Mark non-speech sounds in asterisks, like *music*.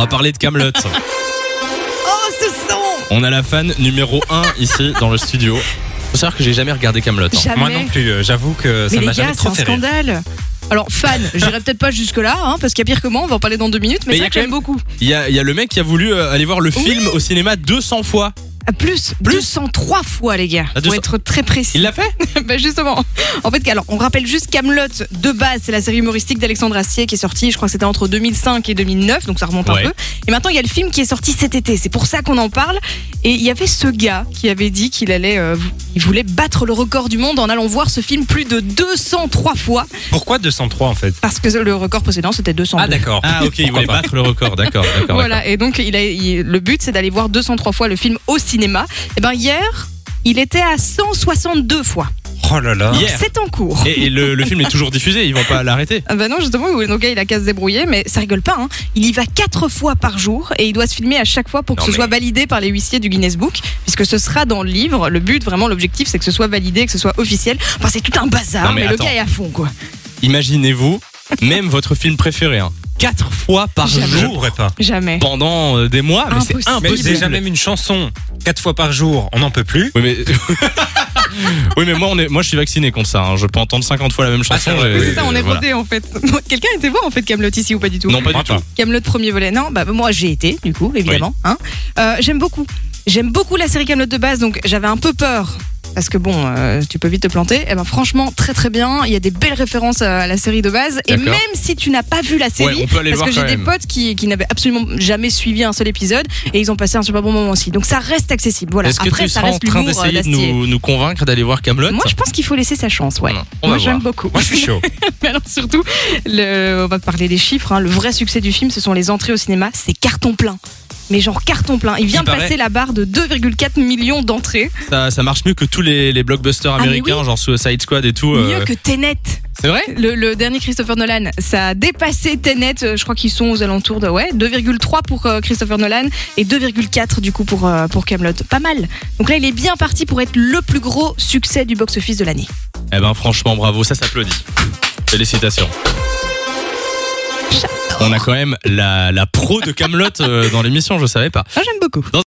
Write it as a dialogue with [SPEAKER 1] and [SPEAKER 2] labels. [SPEAKER 1] va parler de Camelot.
[SPEAKER 2] Oh, ce son
[SPEAKER 1] On a la fan numéro 1 ici dans le studio. Faut savoir que j'ai jamais regardé Camelot. hein.
[SPEAKER 2] Jamais.
[SPEAKER 3] Moi non plus, euh, j'avoue que
[SPEAKER 2] Mais
[SPEAKER 3] ça
[SPEAKER 2] les
[SPEAKER 3] m'a
[SPEAKER 2] gars,
[SPEAKER 3] jamais
[SPEAKER 2] c'est
[SPEAKER 3] trop
[SPEAKER 2] un
[SPEAKER 3] fait rire.
[SPEAKER 2] scandale. Alors,
[SPEAKER 1] *laughs*
[SPEAKER 2] fan, j'irai peut-être pas jusque-là, hein, parce qu'il y a pire que moi, on va en parler dans deux minutes,
[SPEAKER 1] Mais
[SPEAKER 2] mais,
[SPEAKER 1] il
[SPEAKER 2] c'est
[SPEAKER 1] y
[SPEAKER 2] vrai
[SPEAKER 1] a
[SPEAKER 2] que j'aime
[SPEAKER 1] quand
[SPEAKER 2] beaucoup.
[SPEAKER 1] Il y a, il y a le mec qui a voulu euh, aller voir le film au cinéma 200 fois.
[SPEAKER 2] Ah, Plus,
[SPEAKER 1] Plus
[SPEAKER 2] 203 fois, les gars,
[SPEAKER 1] Ah,
[SPEAKER 2] pour
[SPEAKER 1] 200.
[SPEAKER 2] être très précis.
[SPEAKER 1] Il l'a fait
[SPEAKER 2] *laughs* Bah, justement, en fait, alors, on rappelle juste Camelot de base, c'est la série humoristique d'Alexandre Astier qui est sortie, je crois que c'était entre 2005 et 2009, donc ça remonte
[SPEAKER 1] Ouais.
[SPEAKER 2] un peu. Et maintenant, il y a le film qui est sorti cet été, c'est pour ça qu'on en parle. Et il y avait ce gars qui avait dit qu'il allait, euh, il voulait battre le record du monde en allant voir ce film plus de 203 fois,
[SPEAKER 3] Pourquoi 203 en fait
[SPEAKER 2] parce que le record précédent c'était 200.
[SPEAKER 3] Ah d'accord.
[SPEAKER 1] Ah ok, il
[SPEAKER 3] Pourquoi
[SPEAKER 1] voulait
[SPEAKER 3] pas
[SPEAKER 1] battre le record, d'accord, d'accord.
[SPEAKER 2] Voilà, et donc il a, il- le but c'est d'aller voir 203 fois le film au cinéma. Et ben hier, il était à 162 fois.
[SPEAKER 3] Oh là
[SPEAKER 1] Yeah.
[SPEAKER 3] là.
[SPEAKER 2] Donc,
[SPEAKER 1] Ah. Hier.
[SPEAKER 2] C'est en cours.
[SPEAKER 1] d'accord. Et, et le, le film est toujours diffusé, ils vont pas l'arrêter.
[SPEAKER 2] Ah bah non, justement, oui, donc gars, il a qu'à se débrouiller, mais ça rigole pas. Hein. Il y va quatre fois par jour et il doit se filmer à chaque fois pour que
[SPEAKER 1] Non,
[SPEAKER 2] ce
[SPEAKER 1] mais-
[SPEAKER 2] soit validé par les huissiers du Guinness Book, puisque ce sera dans le livre. Le but, vraiment, l'objectif, c'est que ce soit validé, que ce soit officiel. Enfin, c'est tout un bazar,
[SPEAKER 1] Non, mais
[SPEAKER 2] mais, le
[SPEAKER 1] attends.
[SPEAKER 2] gars est à fond, quoi.
[SPEAKER 1] Imaginez-vous, même votre film préféré, hein, quatre fois par
[SPEAKER 2] Jamais.
[SPEAKER 3] Je
[SPEAKER 1] jour
[SPEAKER 3] pourrais pas.
[SPEAKER 2] Jamais.
[SPEAKER 1] pendant euh, des mois, mais c'est
[SPEAKER 2] Impossible.
[SPEAKER 3] Mais
[SPEAKER 1] impossible.
[SPEAKER 3] déjà même une chanson, quatre fois par jour, on n'en peut plus.
[SPEAKER 1] Oui mais *laughs* oui mais moi on est moi je suis vacciné contre ça. hein. Je peux entendre 50 fois la même chanson.
[SPEAKER 3] Ah, c'est vrai,
[SPEAKER 1] et-
[SPEAKER 2] C'est ça, on est
[SPEAKER 1] Euh, voilà.
[SPEAKER 2] rodé en fait. Bon, Quelqu'un était voir en fait Camelot ici ou pas du tout
[SPEAKER 1] Non pas du
[SPEAKER 3] Moi,
[SPEAKER 1] tout.
[SPEAKER 2] Camelot premier volet. Non, bah moi j'ai été du coup évidemment. hein. Euh, J'aime beaucoup. J'aime beaucoup la série Camelot de base, donc j'avais un peu peur. Parce que bon, euh, tu peux vite te planter. Eh ben franchement, très très bien. Il y a des belles références euh, à la série de base. Et
[SPEAKER 1] D'accord.
[SPEAKER 2] même si tu n'as pas vu la série,
[SPEAKER 1] Ouais, on peut aller
[SPEAKER 2] parce
[SPEAKER 1] voir
[SPEAKER 2] que j'ai
[SPEAKER 1] quand
[SPEAKER 2] des
[SPEAKER 1] même.
[SPEAKER 2] potes qui, qui n'avaient absolument jamais suivi un seul épisode et ils ont passé un super bon moment aussi. Donc ça reste accessible. Voilà.
[SPEAKER 1] Est-ce que
[SPEAKER 2] Après,
[SPEAKER 1] tu
[SPEAKER 2] ça
[SPEAKER 1] seras en
[SPEAKER 2] reste
[SPEAKER 1] train
[SPEAKER 2] l'humour euh,
[SPEAKER 1] d'essayer de
[SPEAKER 2] d'Astier.
[SPEAKER 1] nous, nous convaincre d'aller voir Camelot
[SPEAKER 2] Moi, je pense qu'il faut laisser sa chance. Ouais.
[SPEAKER 1] On
[SPEAKER 2] Moi,
[SPEAKER 1] va voir.
[SPEAKER 2] j'aime beaucoup.
[SPEAKER 3] Moi je suis chaud.
[SPEAKER 2] Mais alors surtout, le- on va parler des chiffres. hein. Le vrai succès du film, ce sont les entrées au cinéma. C'est carton plein. Mais genre carton plein. Il vient
[SPEAKER 1] Il
[SPEAKER 2] de passer
[SPEAKER 1] paraît.
[SPEAKER 2] la barre de 2,4 millions d'entrées.
[SPEAKER 1] Ça, ça marche mieux que tous les, les blockbusters
[SPEAKER 2] Ah, mais
[SPEAKER 1] américains, genre Suicide Squad et tout. euh,
[SPEAKER 2] Mieux que Tenet.
[SPEAKER 1] C'est vrai
[SPEAKER 2] Le, le dernier Christopher Nolan, ça a dépassé Tenet. Euh, Je crois qu'ils sont aux alentours de ouais, 2,3 pour euh, Christopher Nolan et 2,4 du coup pour, euh, pour Camelot. Pas mal. Donc là, il est bien parti pour être le plus gros succès du box-office de l'année.
[SPEAKER 1] Eh ben franchement bravo, ça s'applaudit. Félicitations. On a quand même la, la pro de Camelot euh, dans l'émission, je savais pas.
[SPEAKER 2] Ah, J'aime beaucoup.